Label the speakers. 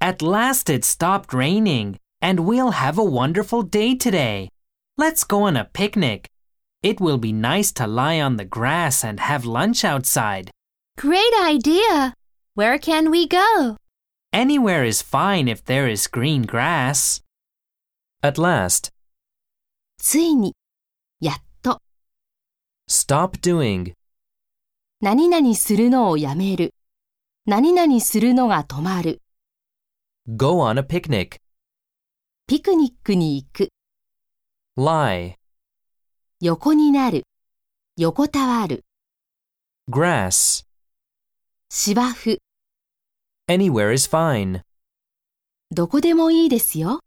Speaker 1: At last it stopped raining, and we'll have a wonderful day today. Let's go on a picnic. It will be nice to lie on the grass and have lunch outside.
Speaker 2: Great idea! Where can we go?
Speaker 1: Anywhere is fine if there is green grass. At last,
Speaker 2: ついに、やっと、
Speaker 1: stop doing,
Speaker 2: 何々するのをやめる。何々するのが止まる。
Speaker 1: go on a picnic,
Speaker 2: ピクニックに行く。
Speaker 1: lie,
Speaker 2: 横になる。横たわる。
Speaker 1: grass,
Speaker 2: 芝生。
Speaker 1: anywhere is fine.
Speaker 2: どこでもいいですよ。